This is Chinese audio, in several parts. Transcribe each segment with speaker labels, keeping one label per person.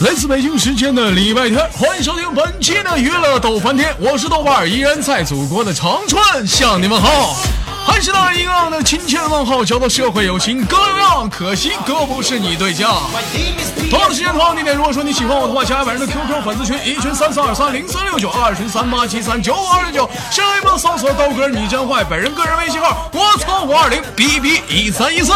Speaker 1: 来自北京时间的礼拜天，欢迎收听本期的娱乐逗翻天，我是豆瓣儿，依然在祖国的长春向你们好。还是那一样的亲切的问候，叫做社会有情哥有样，可惜哥不是你对象。同样的时间，同样的地点，如果说你喜欢我的话，加本人的 QQ 粉丝群，一群三四二三零三六九，二群三八七三九五二六九，新浪微博搜索豆哥你真坏，本人个人微信号我操五二零 B B 一三一四。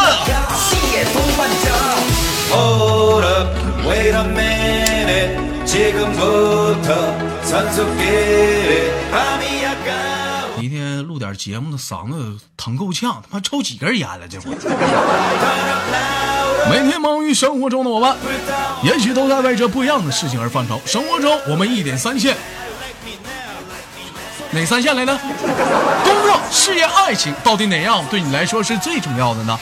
Speaker 2: Hold up, wait a minute. 지금부터 선수끼리 밤이 약간
Speaker 1: 今天录点节目，嗓子疼够呛，他妈抽几根烟了这会儿。每天忙于生活中的我们，也许都在为这不一样的事情而犯愁。生活中我们一点三线，哪三线来呢？工作、事业、爱情，到底哪样对你来说是最重要的呢？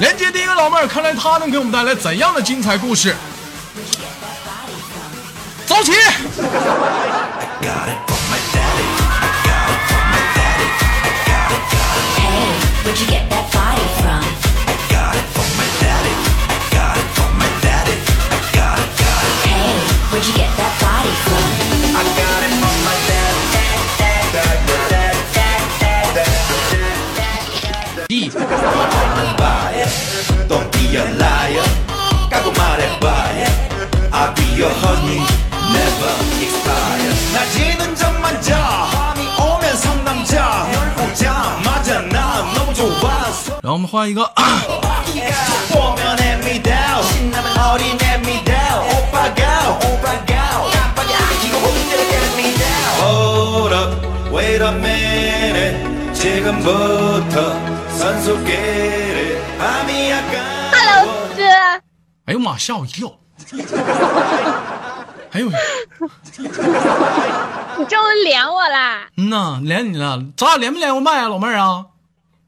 Speaker 1: 连接第一个老妹儿，看来她能给我们带来怎样的精彩故事？走起！
Speaker 3: Hey, where'd you get that body from? Hey, where'd you get that body from?
Speaker 1: D
Speaker 2: Don't be a liar. 까고 말해봐. I'll be your honey. Never expire. 낮에는 잠만 자. 밤이 오면 상남자. 열고 자. 맞아, 나 너무 좋아.
Speaker 1: 然后我们换一个。
Speaker 2: 보면 애미다오 신나면 어린 애미다오 오빠가 오빠가 깜빡이 안 켜고 혼자 애미다오 Hold up, wait a minute 지금부터 선수끼리 밤이 약간 Hello
Speaker 1: 哎呦妈，吓我一跳！ 哎呦，
Speaker 4: 你终于连我啦？
Speaker 1: 嗯呐，连你了，咱俩连没连过麦啊，老妹儿啊？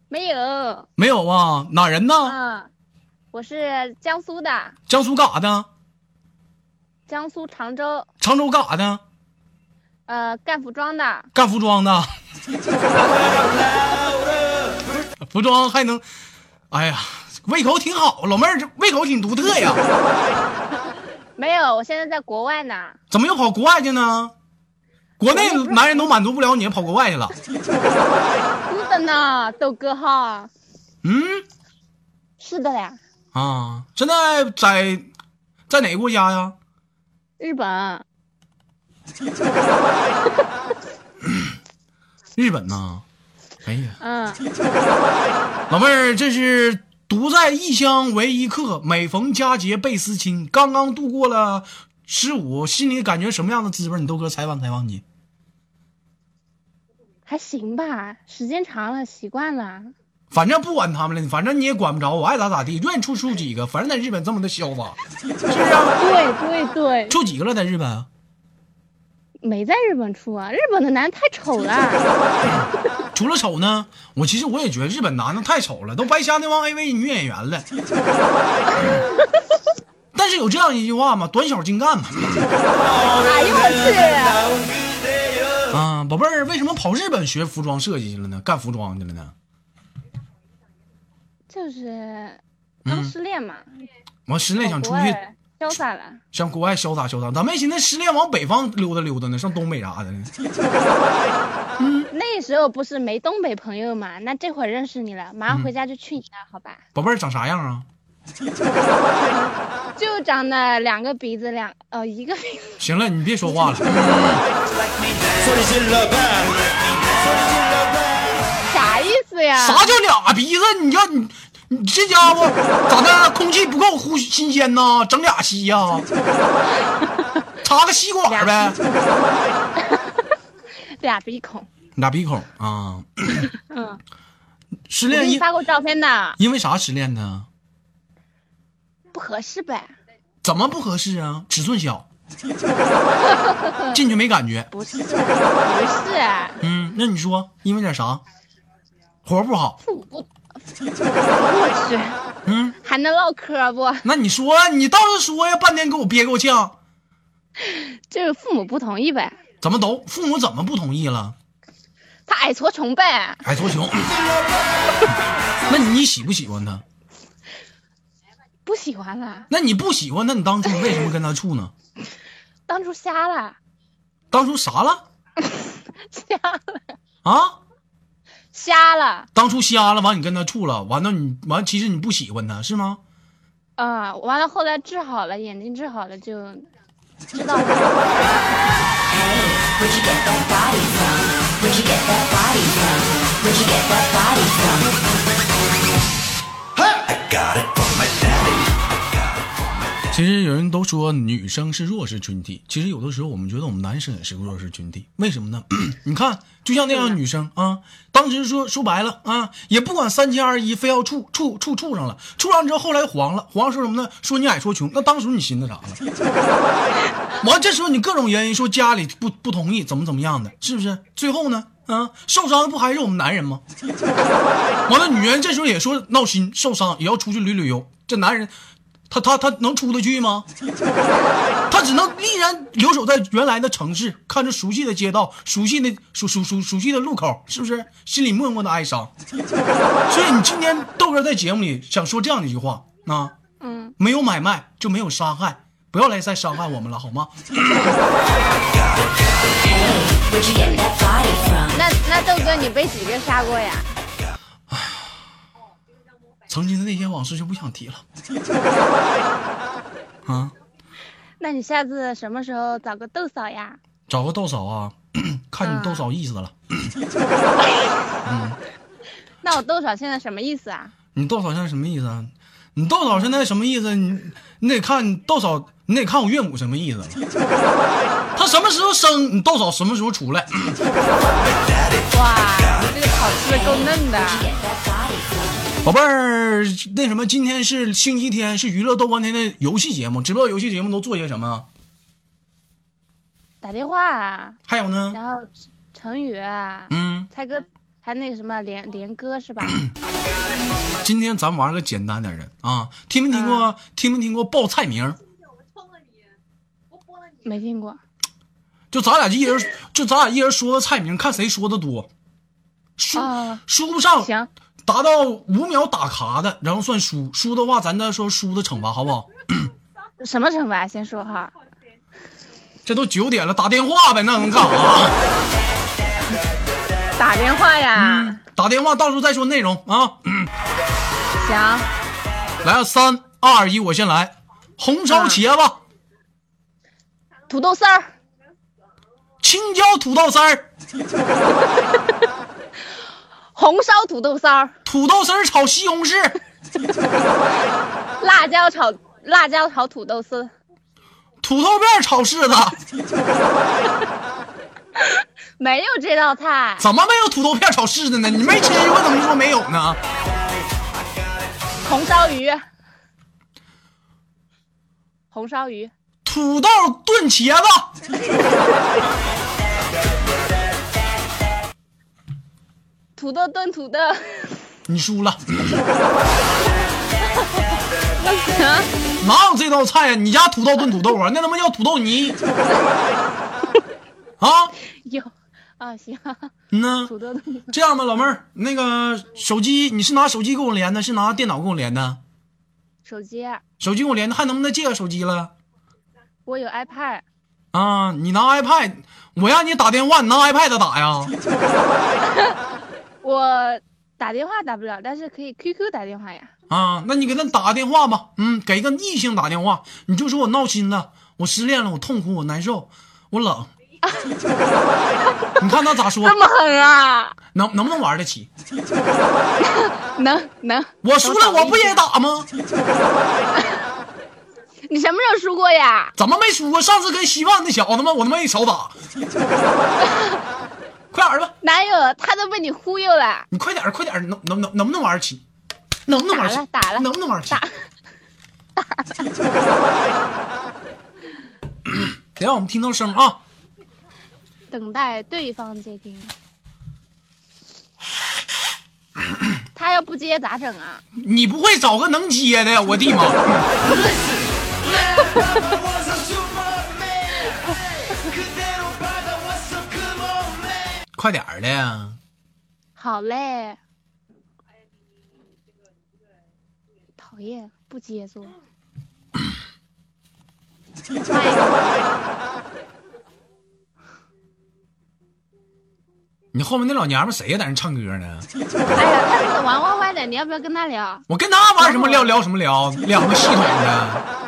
Speaker 4: 没有，
Speaker 1: 没有啊，哪人呢？
Speaker 4: 嗯，我是江苏的，
Speaker 1: 江苏干啥的？
Speaker 4: 江苏常州，
Speaker 1: 常州干啥的？
Speaker 4: 呃，干服装的。
Speaker 1: 干服装的。 服装还能，哎呀，胃口挺好，老妹儿这胃口挺独特呀，
Speaker 4: 没有，我现在在国外呢。
Speaker 1: 怎么又跑国外去呢？国内男人都满足不了你，跑国外去了？
Speaker 4: 是的呢，豆哥哈。
Speaker 1: 嗯
Speaker 4: 是的呀，
Speaker 1: 啊，现在在在哪个国家呀？
Speaker 4: 日本。
Speaker 1: 日本呐。哎呀。
Speaker 4: 嗯，
Speaker 1: 老妹儿，这是独在异乡为异客，每逢佳节倍思亲。刚刚度过了十五，心里感觉什么样的滋味？你豆哥采访采访你。
Speaker 4: 还行吧，时间长了习惯了。
Speaker 1: 反正不管他们了，反正你也管不着，我爱咋咋地，愿意处处几个。反正在日本这么的潇洒，
Speaker 4: 对对对，
Speaker 1: 处几个了？在日本，啊
Speaker 4: 没在日本处啊，日本的男的太丑了。
Speaker 1: 除了丑呢，我其实我也觉得日本男的太丑了，都白瞎那帮 AV 女演员了。但是有这样一句话嘛，短小精干嘛。
Speaker 4: 哎呦我
Speaker 2: 그대여
Speaker 1: 啊，宝贝儿，为什么跑日本学服装设计去了呢？干服装去了呢？
Speaker 4: 去，就是刚失恋嘛，
Speaker 1: 完失嗯恋想出
Speaker 4: 国
Speaker 1: 去
Speaker 4: 外潇洒了。
Speaker 1: 上国外潇洒潇洒，咱没寻思失恋往北方溜达溜达呢，上东北啥的呢？
Speaker 4: 那时候不是没东北朋友嘛，那这会儿认识你
Speaker 1: 嗯
Speaker 4: 了，马上回家就去你那，好吧？
Speaker 1: 宝贝儿长啥样啊？
Speaker 4: 就长得两个鼻子两呃一个鼻子，
Speaker 1: 行了，你别说话了，
Speaker 2: 소리 질러봐
Speaker 4: 啥意思呀？
Speaker 1: 啥叫俩鼻子？你叫你你这家伙咋的？空气不够呼新鲜呐？整俩吸呀、插个吸管呗，
Speaker 4: 俩鼻孔？
Speaker 1: 俩鼻孔啊。
Speaker 4: 嗯，
Speaker 1: 失
Speaker 4: 我给
Speaker 1: 恋
Speaker 4: 你
Speaker 1: 因
Speaker 4: 发过照片的，
Speaker 1: 因为啥失恋呢？
Speaker 4: 不合适呗？
Speaker 1: 怎么不合适啊？尺寸 小，进去没感觉。
Speaker 4: 不是，不是，
Speaker 1: 嗯，那你说因为点啥？活不好。
Speaker 4: 不不，我去，
Speaker 1: 嗯，
Speaker 4: 还能唠嗑不？
Speaker 1: 那你说，你倒是说呀，半天给我憋够呛。
Speaker 4: 就是父母不同意呗，
Speaker 1: 怎么都父母怎么不同意了？
Speaker 4: 他矮矬穷呗，
Speaker 1: 矮矬穷。 那你喜不喜欢他？
Speaker 4: 不喜欢了，
Speaker 1: 那你不喜欢他，你当初为什么跟他处呢？
Speaker 4: 当初瞎了，
Speaker 1: 当初啥了
Speaker 4: 瞎了，
Speaker 1: 啊？
Speaker 4: 瞎了
Speaker 1: 当初瞎了，完你跟他处了，完了你完其实你不喜欢他是吗？
Speaker 4: 啊、完了后来治好了，眼睛治好了就知道
Speaker 3: Hey, where'd you get that body from? Where'd you get that body from? Where'd you get that body from?
Speaker 2: I got it from my daddy.
Speaker 1: 其实有人都说女生是弱势群体，其实有的时候我们觉得我们男生也是个弱势群体，为什么呢？ 你看，就像那样的女生啊，当时说说白了啊，也不管三七二十一，非要处处处处上了，处上之后后来黄了，黄了说什么呢？说你矮说穷，那当时你寻思啥了？ 完这时候你各种原因说家里不不同意，怎么怎么样的，是不是？最后呢？啊，受伤的不还是我们男人吗？完了，女人这时候也说闹心受伤，也要出去旅旅游。这男人，他他他能出得去吗？ 他只能依然留守在原来的城市，看着熟悉的街道、熟悉的熟熟熟熟悉的路口，是不是？心里默默的哀伤。 所以你今天豆哥在节目里想说这样的一句话啊，
Speaker 4: 嗯，
Speaker 1: 没有买卖就没有伤害，不要来再伤害我们了，好吗？
Speaker 3: Hey, where'd you get that body from?
Speaker 4: 那那豆哥你被几个杀过呀？
Speaker 1: 曾经的那些往事就不想提了。 啊，
Speaker 4: 那你下次什么时候找个豆嫂呀？
Speaker 1: 找个豆嫂啊， 看你豆嫂意思了。
Speaker 4: 那我豆嫂现在什么意思啊？
Speaker 1: 你豆嫂现在什么意思啊？你豆嫂现在什么意思？你你得看你豆嫂，你得看我岳母什么意 思了。她什么时候生，你豆嫂什么时候出来。
Speaker 4: 哇，这个烤吃的够嫩的。啊
Speaker 3: Get that body from?
Speaker 1: 宝贝儿，那什么，今天是星期天，是娱乐豆瓣天的游戏节目，知不知道游戏节目都做些什么？
Speaker 4: 打电话啊，
Speaker 1: 还有呢，
Speaker 4: 然后成语啊，
Speaker 1: 嗯，
Speaker 4: 猜歌，还那个什么连连歌是吧？
Speaker 1: 今天咱玩个简单点的
Speaker 4: 嗯
Speaker 1: 啊，听没听过？听没听过报菜名？
Speaker 4: 没听过。
Speaker 1: 就咱俩一人，就咱俩一人说个菜名，看谁说的多。输、
Speaker 4: 啊
Speaker 1: 输不上，
Speaker 4: 行，
Speaker 1: 达到五秒打卡的，然后算输。输的话，咱再说输的惩罚，好不好？
Speaker 4: 什么惩罚？先说哈。
Speaker 1: 这都九点了，打电话呗，那能干啥？
Speaker 4: 打电话呀。
Speaker 1: 打电话，到时候再说内容啊。
Speaker 4: 行，
Speaker 1: 来啊，三二一，我先来。红烧茄子、
Speaker 4: 土豆丝儿，
Speaker 1: 青椒土豆丝儿、
Speaker 4: 红烧土豆丝儿，
Speaker 1: 土豆丝儿炒西红柿、
Speaker 4: 辣椒炒辣椒炒土豆丝，
Speaker 1: 土豆片儿炒柿子，
Speaker 4: 没有这道菜。
Speaker 1: 怎么没有土豆片儿炒柿子呢？你没吃过，怎么说没有呢？
Speaker 4: 红烧鱼，红烧鱼，
Speaker 1: 土豆炖茄子、
Speaker 4: 土豆炖土 豆，
Speaker 1: 你输了，
Speaker 4: 不行，
Speaker 1: 哪有这道菜啊？你家土豆炖土豆啊？那他妈叫土豆泥啊？
Speaker 4: 有啊，行，
Speaker 1: 嗯呢？
Speaker 4: 土豆炖，
Speaker 1: 这样吧，老妹儿，那个手机你是拿手机跟我连的，是拿电脑跟我连的？
Speaker 4: 手机，啊
Speaker 1: 手机跟我连的，还能不能借个手机了？
Speaker 4: 我有 iPad，
Speaker 1: 啊，你拿 iPad，我让你打电话，你拿 iPad 打呀？
Speaker 4: 我打电话打不了，但是可以 QQ 打电话呀。
Speaker 1: 啊，那你给他打个电话吧，嗯，给个异性打电话，你就说我闹心了，我失恋了，我痛苦，我难受，我冷。你看他咋说？
Speaker 4: 这么狠啊？
Speaker 1: 能能不能玩得起？
Speaker 4: 能能，
Speaker 1: 我输了，我不也打吗？
Speaker 4: 你什么时候输过呀？
Speaker 1: 怎么没输啊？上次跟希望那小子们，我他妈一少打。 快点儿吧，
Speaker 4: 男友他都被你忽悠了，
Speaker 1: 你快点儿，快点儿，能能能能不能玩得起？能不能玩得起？
Speaker 4: 打了打了
Speaker 1: 能不能玩得起？ 得让我们听到声啊！
Speaker 4: 等待对方接听。他要不接咋整啊？
Speaker 1: 你不会找个能接的呀？我的妈！快点儿的呀！
Speaker 4: 好嘞。讨厌，不接住。换一个
Speaker 1: 后面那老娘们谁呀，在那唱歌呢？
Speaker 4: 哎呀，他那个玩歪歪的，你要不要跟他聊？
Speaker 1: 我跟他玩什么聊聊什么聊，聊个系统的。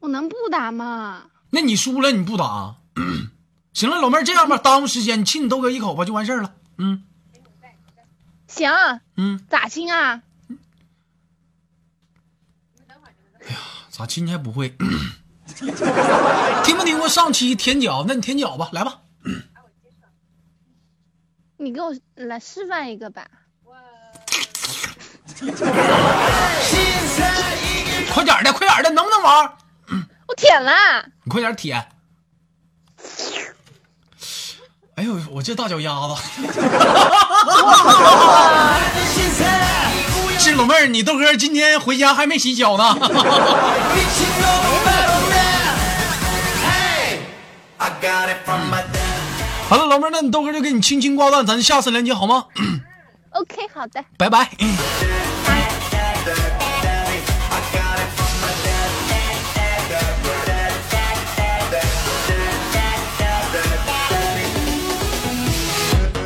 Speaker 4: 我能不打吗？
Speaker 1: 那你输了你不打， 行了，老妹儿这样吧，耽误时间，你亲你豆哥一口吧，就完事儿了。嗯
Speaker 4: 行，
Speaker 1: 嗯，
Speaker 4: 咋亲啊？
Speaker 1: 咋亲你还不会？听没听过上期舔脚？那你舔脚吧，来吧。
Speaker 4: 你给我来示范一个吧。
Speaker 2: 신세이길
Speaker 1: 快点儿的，快点儿的，能不能玩儿？
Speaker 4: 我舔了，
Speaker 1: 你快点儿舔。哎呦，我这大脚丫 子！
Speaker 2: 신세
Speaker 1: 这老妹儿，你豆哥今天回家还没洗脚 呢。
Speaker 2: 미친 놈 바로 나 Hey I got it from my dad
Speaker 1: 好了，老妹儿，那你豆哥就给你轻轻挂断，咱下次连接好吗？
Speaker 4: OK，好的。
Speaker 1: 拜拜。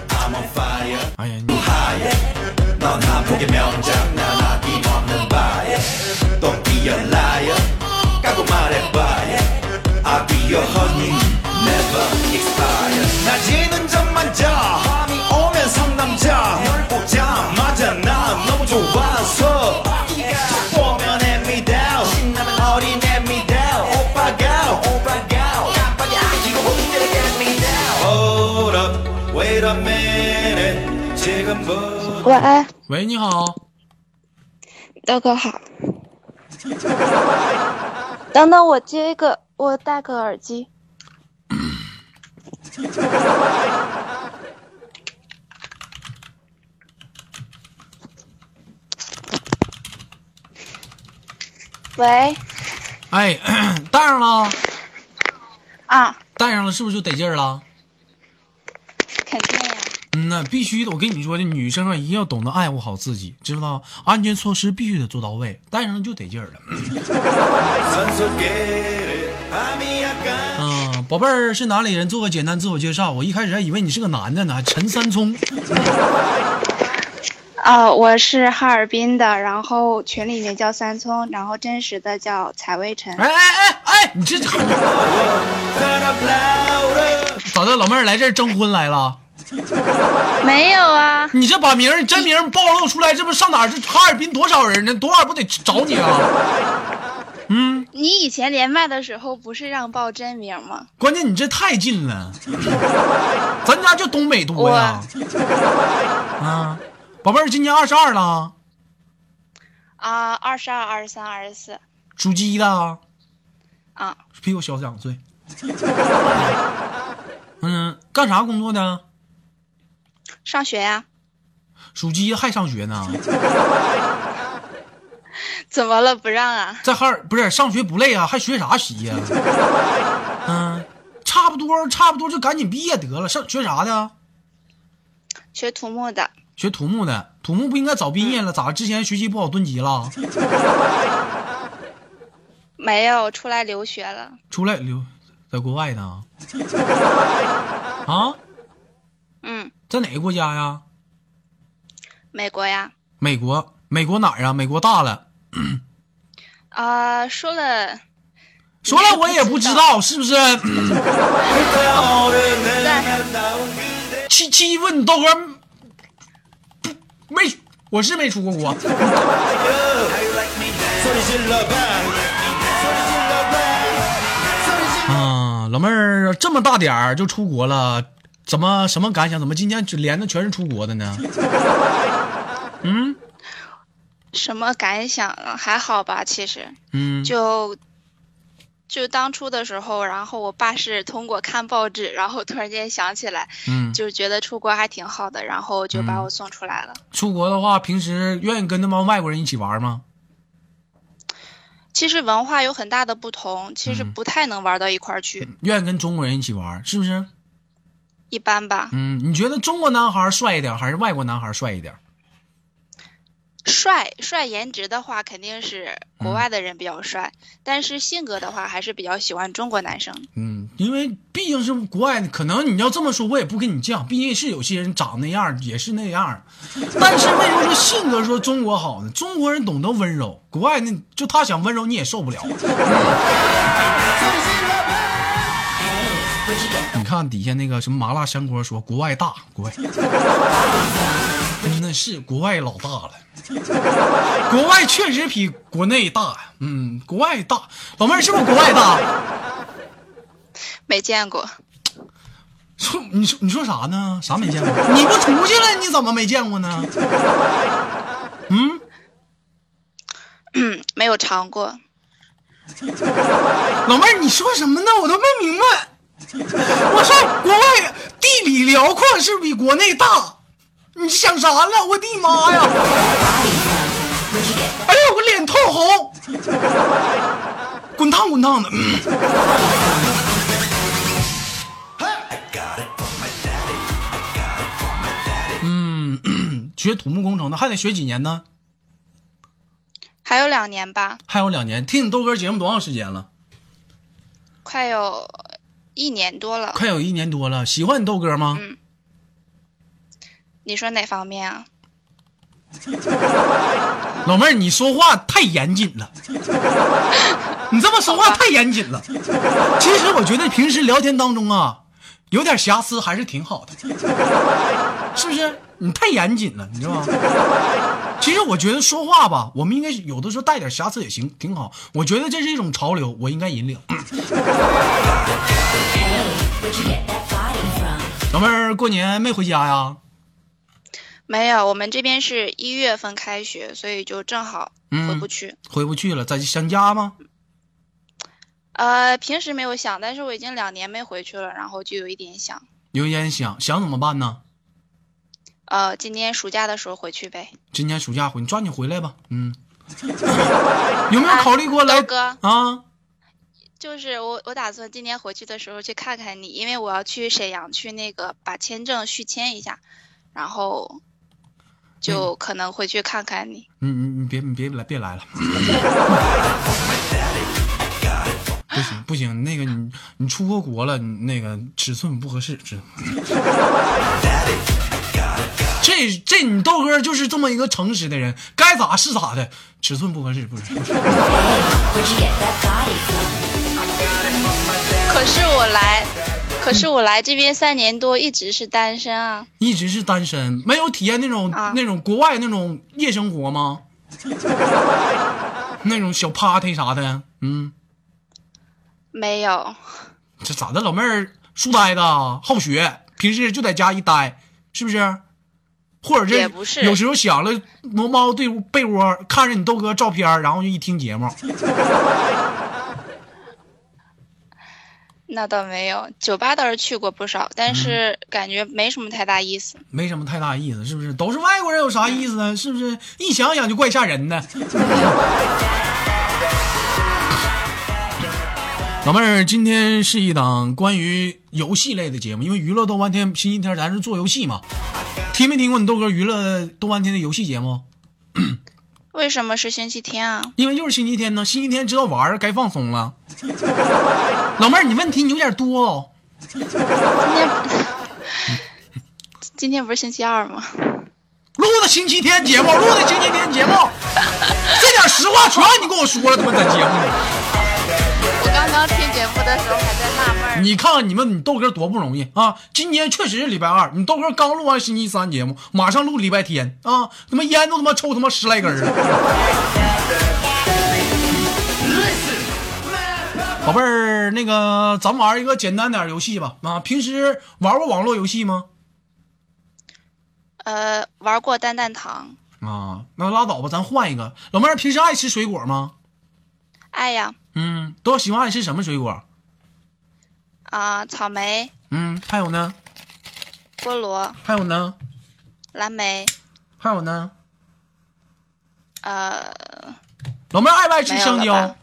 Speaker 2: I'm on fire
Speaker 1: 哎呀，你
Speaker 2: 하얘 넌 한폭의 명작 난 아낌없는 바에 Don't be a liar 까고 말해봐예 I'll be your honey Never expire 낮에는 잠만자 밤이 오면 상남자 널 보자마자 난 너무 좋아서 보면 hand me down 신나면 어린 hand me down 오빠가 오빠가 깜빡이 아끼고 혼자를 hand me down Hold up wait a minute 지금부터
Speaker 5: 晚安，
Speaker 1: 喂，你好，
Speaker 5: 豆哥好。等等，我接一个，我戴个耳机。喂，
Speaker 1: 哎，戴上了，
Speaker 5: 啊，
Speaker 1: 戴上了，是不是就得劲儿了？
Speaker 5: 肯定呀，
Speaker 1: 嗯呐，必须的。我跟你说，这女生啊，一定要懂得爱护好自己，知不知道？安全措施必须得做到位，戴上了就得劲儿了。嗯、宝贝儿是哪里人？做个简单自我介绍。我一开始还以为你是个男的呢，还陈三聪。
Speaker 5: 啊，我是哈尔滨的，然后群里面叫三聪，然后真实的叫采薇晨。
Speaker 1: 哎哎哎哎，你这 咋的？老妹儿来这儿征婚来了？
Speaker 4: 没有啊，
Speaker 1: 你这把名儿真名儿暴露出来，这不上哪儿？这哈尔滨多少人呢？多少不得找你啊？
Speaker 5: 你以前连麦的时候不是让报真名吗？
Speaker 1: 关键你这太近了，咱家就东北多呀。啊，宝贝儿今年二十二了，
Speaker 5: 啊，二十二、二十三、二十四
Speaker 1: 属鸡的，
Speaker 5: 啊，
Speaker 1: 比我小两岁。 嗯，干啥工作呢？
Speaker 5: 上学呀、
Speaker 1: 属鸡的还上学呢，
Speaker 5: 怎么了？不让啊？
Speaker 1: 在哈尔不是上学不累啊，还学啥习呀、嗯，差不多差不多就赶紧毕业得了。上学啥的？
Speaker 5: 学土木的，
Speaker 1: 学土木的，土木不应该早毕业了？咋之前学习不好蹲级了？
Speaker 5: 没有出来留学了。
Speaker 1: 出来留在国外呢？啊，
Speaker 5: 嗯，
Speaker 1: 在哪个国家呀？
Speaker 5: 美国呀。
Speaker 1: 美国，美国哪儿啊？美国大了，
Speaker 5: 啊、说了，
Speaker 1: 说了我也不知道，是不是？
Speaker 2: 그
Speaker 1: 欺欺负你豆哥，不没，我是没出过国。啊，老妹儿这么大点儿就出国了，怎么什么感想？怎么今天就连的全是出国的呢？
Speaker 5: 什么感想啊？还好吧，其实
Speaker 1: 嗯，
Speaker 5: 就。就当初的时候，然后我爸是通过看报纸，然后突然间想起来，
Speaker 1: 嗯，
Speaker 5: 就是觉得出国还挺好的，然后就把
Speaker 1: 嗯
Speaker 5: 我送出来了。
Speaker 1: 出国的话，平时愿意跟他们外国人一起玩吗？
Speaker 5: 其实文化有很大的不同，其实
Speaker 1: 嗯
Speaker 5: 不太能玩到一块儿去，
Speaker 1: 愿意跟中国人一起玩，是不是？
Speaker 5: 一般吧。
Speaker 1: 嗯，你觉得中国男孩帅一点，还是外国男孩帅一点？
Speaker 5: 帅帅颜值的话，肯
Speaker 1: 嗯
Speaker 5: 定是国外的人比较帅，但是性格的话，还是比较喜欢中国男生。
Speaker 1: 嗯，因为毕竟是国外的，可能你要这么说，我也不跟你犟，毕竟是有些人长那样儿也是那样儿， 但是为什么说性格说中国好呢？中国人懂得温柔，国外那就他想温柔你也受不了。 你看底下那个什么麻辣香锅说国外大，国外真的是国外老大了。国外确实比国内大呀，嗯，国外大。老妹儿是不是国外大？
Speaker 5: 没见过，
Speaker 1: 说你说你说啥呢？啥没见过？你不出去了，你怎么没见过呢？
Speaker 5: 嗯，没有尝过，
Speaker 1: 老妹儿，你说什么呢？我都没明白。 我说国外地理辽阔是比国内大，你想啥了？我的妈呀！哎呀，我脸通红， 滚烫滚烫的。嗯
Speaker 2: I got it from my daddy.
Speaker 1: 嗯 学土木工程的还得学几年呢？
Speaker 5: 还有两年吧，
Speaker 1: 还有两年。听你豆哥节目多长时间了？
Speaker 5: 快有一年多了。
Speaker 1: 快有一年多了。喜欢你豆哥吗？
Speaker 5: 你说哪方面啊？
Speaker 1: 老妹儿，你说话太严谨了，你这么说话太严谨了。其实我觉得平时聊天当中啊，有点瑕疵还是挺好的，是不是？你太严谨了，你知道吗？其实我觉得说话吧，我们应该有的时候带点瑕疵也行，挺好。我觉得这是一种潮流，我应该引领。老妹儿，过年没回家呀？
Speaker 5: 没有，我们这边是一月份开学，所以就正好回不去。
Speaker 1: 回不去了，在想家吗？
Speaker 5: 呃，平时没有想，但是我已经两年没回去了，然后就有一点想。
Speaker 1: 有点想，想怎么办呢？
Speaker 5: 呃，今年暑假的时候回去呗。
Speaker 1: 今年暑假回，你抓紧回来吧。嗯， 有没有考虑过来？
Speaker 5: 豆哎哥
Speaker 1: 啊，
Speaker 5: 就是我，我打算今年回去的时候去看看你，因为我要去沈阳去那个把签证续签一下，然后就可能回去看看你。
Speaker 1: 你你你别你别来别来了， 不行不行，那个你你出过国了，你那个尺寸不合适，知道吗？ 这这你豆哥就是这么一个诚实的人，该咋是咋的，尺寸不合适不是。不是
Speaker 5: 可是我来，可是我来这边三年多一直是单身啊。
Speaker 1: 一直是单身，没有体验那种、
Speaker 5: 啊
Speaker 1: 那种国外那种夜生活吗？那种小 party 啥的，嗯，
Speaker 5: 没有，
Speaker 1: 这咋的？老妹儿书呆子啊，好学，平时就在家一待，是不是？或者
Speaker 5: 也
Speaker 1: 这
Speaker 5: 不是
Speaker 1: 有时候想了，挪猫对被窝，看着你豆哥照片儿，然后就一听节目，
Speaker 5: 那倒没有。酒吧倒是去过不少，
Speaker 1: 嗯
Speaker 5: 但是感觉没什么太大意思。
Speaker 1: 没什么太大意思，是不是？都是外国人，有啥意思呢？是不是？一想想就怪吓人的。 老妹儿，今天是一档关于游戏类的节目，因为娱乐豆瓣天星期天咱是做游戏嘛。听没听过你豆哥娱乐豆瓣天的游戏节目？
Speaker 5: 为什么是星期天啊？
Speaker 1: 因为就是星期天呢，星期天知道玩儿该放松了。 老妹儿，你问题你有点多哦。
Speaker 5: 今天 今天不是星期二吗？
Speaker 1: 录的星期天节目，录的星期天节目，这点实话全让你跟我说了，他妈在节目里。
Speaker 5: 我 刚刚听节目的时候还在纳闷儿，
Speaker 1: 你看看你们，你豆哥多不容易啊！今年确实是礼拜二，你豆哥刚录完星期三节目，马上录礼拜天啊！他妈烟都他妈抽他妈十来根儿了。宝贝儿，那个咱们玩一个简单点儿游戏吧啊！平时玩过网络游戏吗？
Speaker 5: 呃，玩过蛋蛋糖，
Speaker 1: 啊，那拉倒吧，咱换一个。老妹儿平时爱吃水果吗？
Speaker 5: 爱哎呀
Speaker 1: 嗯，都喜欢爱吃什么水果？
Speaker 5: 啊、草莓、
Speaker 1: 嗯，还有呢，
Speaker 5: 菠萝、
Speaker 1: 还有呢，
Speaker 5: 蓝莓，
Speaker 1: 还有呢。
Speaker 5: 呃，
Speaker 1: 老妹儿爱不爱吃
Speaker 5: 没有
Speaker 1: 香
Speaker 5: 了
Speaker 1: 蕉
Speaker 5: 吧？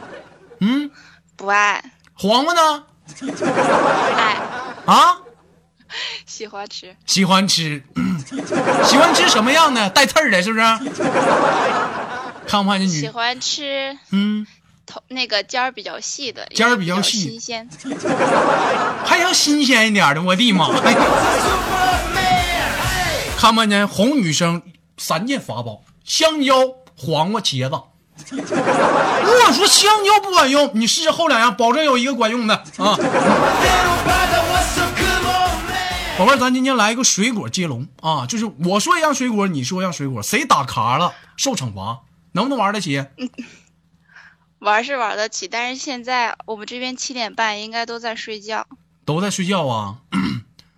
Speaker 1: 嗯，
Speaker 5: 不爱，
Speaker 1: 黄瓜呢？
Speaker 5: 爱，
Speaker 1: 啊？
Speaker 5: 喜欢吃，
Speaker 1: 喜欢吃， 喜欢吃什么样的？带刺儿的，是不是？看不看见
Speaker 5: 喜
Speaker 1: 女？
Speaker 5: 欢吃
Speaker 1: 嗯，
Speaker 5: 头那个尖儿比较细的，因为
Speaker 1: 尖儿比
Speaker 5: 比
Speaker 1: 较
Speaker 5: 较
Speaker 1: 细
Speaker 5: 新鲜。
Speaker 1: 还要新鲜一点的，我的妈呀！看没看见红女生三件法宝：香蕉、黄瓜、茄子。我说香蕉不管用，你试试后两样，保证有一个管用的啊！
Speaker 2: 그대로 받아왔어 그 몸매
Speaker 1: 宝贝儿，咱今天来一个水果接龙啊，就是我说一样水果，你说一样水果，谁打卡了受惩罚，能不能玩得起？
Speaker 5: 玩是玩得起，但是现在我们这边七点半应该都在睡觉。
Speaker 1: 都在睡觉啊。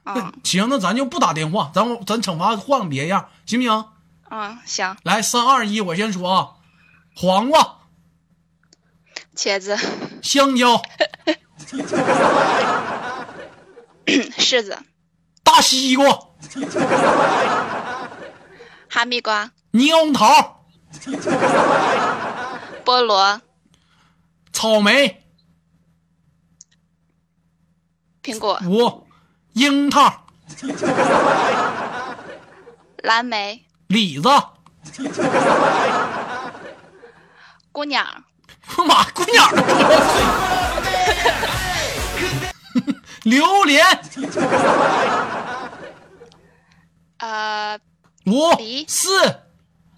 Speaker 5: 嗯
Speaker 1: 行，那咱就不打电话，咱咱惩罚换个别样，行不行？
Speaker 5: 嗯，行，
Speaker 1: 来，三二一，我先说啊，黄瓜、
Speaker 5: 茄子、
Speaker 1: 香蕉、
Speaker 5: 柿子、
Speaker 1: 大西瓜、
Speaker 5: 哈密瓜、
Speaker 1: 猕猴桃、
Speaker 5: 菠萝、
Speaker 1: 草莓、
Speaker 5: 苹果、
Speaker 1: 五、樱桃、
Speaker 5: 蓝莓、
Speaker 1: 李子。
Speaker 5: 姑娘、
Speaker 1: 妈，姑娘儿， 榴莲
Speaker 5: 呃，
Speaker 1: 五
Speaker 5: 梨
Speaker 1: 四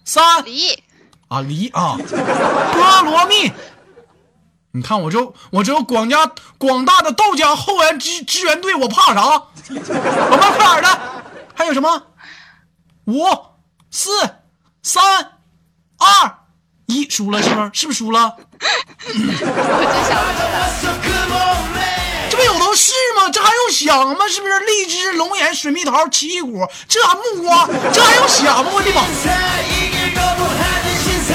Speaker 1: 三
Speaker 5: 梨、
Speaker 1: 啊梨啊，菠萝蜜。你看我这我这广家广大的道家后援支支援队，我怕啥？我慢快点的，还有什么？五四三二一，输了是不是？是不是输了？
Speaker 2: 그
Speaker 1: 这不有都是吗？这还用想吗？是不是？荔枝、龙眼、水蜜桃、奇异果，这还木瓜，这还用想吗？我的妈！
Speaker 2: 새 이길 거부하는 신세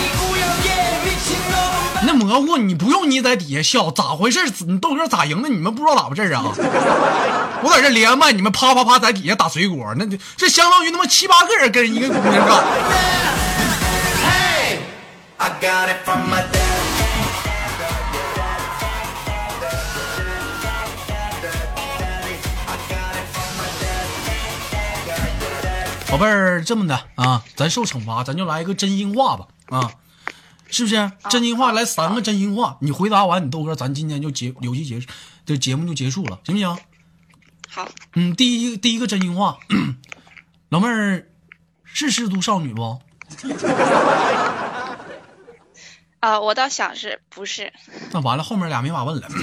Speaker 2: 이 구역에 미친 놈
Speaker 1: 那蘑菇，你不用你在底下笑，咋回事？你豆哥咋赢的？你们不知道咋回事啊？我在这连麦，你们啪啪啪在底下打水果，那就这相当于他妈七八个人跟一个姑娘干。
Speaker 2: I got it from my dad
Speaker 1: 宝贝儿，这么的啊，咱受惩罚，咱就来一个真心话吧啊，是不是？真心话来三个真心话，你回答完，你豆哥，咱今天就结游戏结束，这节目就结束了，行不行？
Speaker 5: 好，
Speaker 1: 嗯，第一第一个真心话， 老妹儿是失足少女不？
Speaker 5: 啊、我倒想是不是？
Speaker 1: 那完了，后面俩没法问了。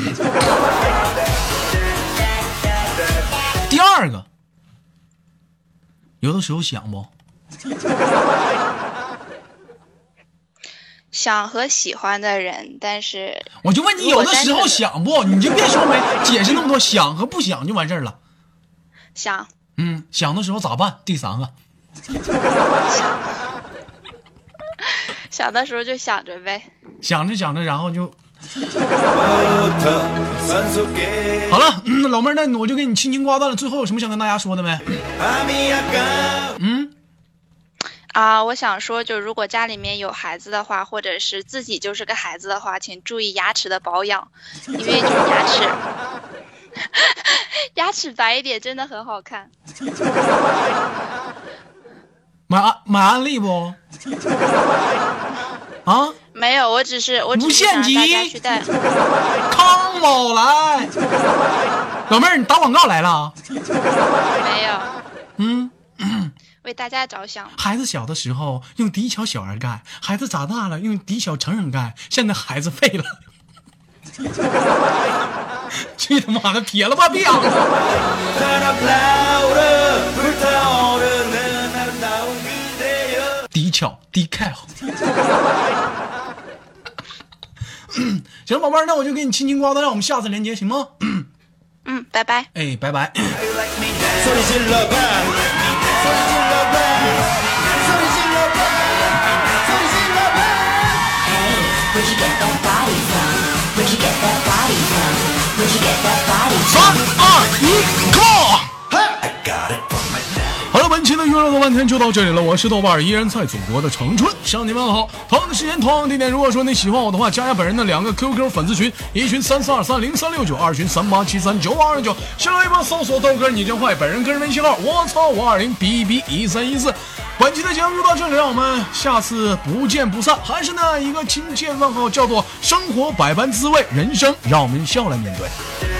Speaker 1: 第二个，有的时候想不
Speaker 5: 想和喜欢的人，但是
Speaker 1: 我就问你，有的时候想不？你就别说没解释那么多，想和不想就完事儿了。
Speaker 5: 想
Speaker 1: 嗯，想的时候咋办？第三个，
Speaker 5: 想的时候就想着呗。
Speaker 1: 想着想着，然后就
Speaker 2: 부터 선수께
Speaker 1: 好了。嗯老妹儿，那我就给你轻轻挂断了。最后有什么想跟大家说的没？
Speaker 2: 밤이 약간
Speaker 5: 啊，我想说，就如果家里面有孩子的话，或者是自己就是个孩子的话，请注意牙齿的保养，因为就是牙齿， 牙齿白一点真的很好看。
Speaker 1: 买安买安利不？ 啊，
Speaker 5: 没有，我只是我只是
Speaker 1: 无
Speaker 5: 想
Speaker 1: 限
Speaker 5: 让大家
Speaker 1: 极
Speaker 5: 去带，
Speaker 1: 康宝莱，老妹儿，你打广告来了啊？
Speaker 5: 没有
Speaker 1: 嗯。
Speaker 5: 为大家着想。
Speaker 1: 孩子小的时候用迪巧小儿钙，孩子长大了用迪巧成人钙，现在孩子废了。 去他妈的，撇了吧别了！
Speaker 2: 사랑라우르 불타오르는 아름다운 그대여
Speaker 1: 迪巧迪凯。 行，宝贝儿，那我就给你轻轻挂断，让我们下次连接，行吗？
Speaker 5: 嗯，拜拜。
Speaker 1: 哎，拜拜。
Speaker 2: 소리 질러봐 소리 질러봐 소리 질러봐 소리 질러봐
Speaker 3: Hey, where'd you get that body from? Where'd you get that body from? Where'd you get that body from?
Speaker 1: 三二一，Go！好了，本期的娱乐多半天就到这里了。我是豆瓣儿，依然在祖国的长春向你们好。同样的时间，同样的地点。如果说你喜欢我的话，加一下本人的两个 QQ 粉丝群，一群三四二三零三六九，二群三八七三九五二九。新浪微博搜索豆哥你真坏，本人个人微信号我操五二零 b b 一三一四。本期的节目就到这里，让我们下次不见不散。还是那一个亲切问候，叫做“生活百般滋味，人生让我们笑来面对”。
Speaker 2: 때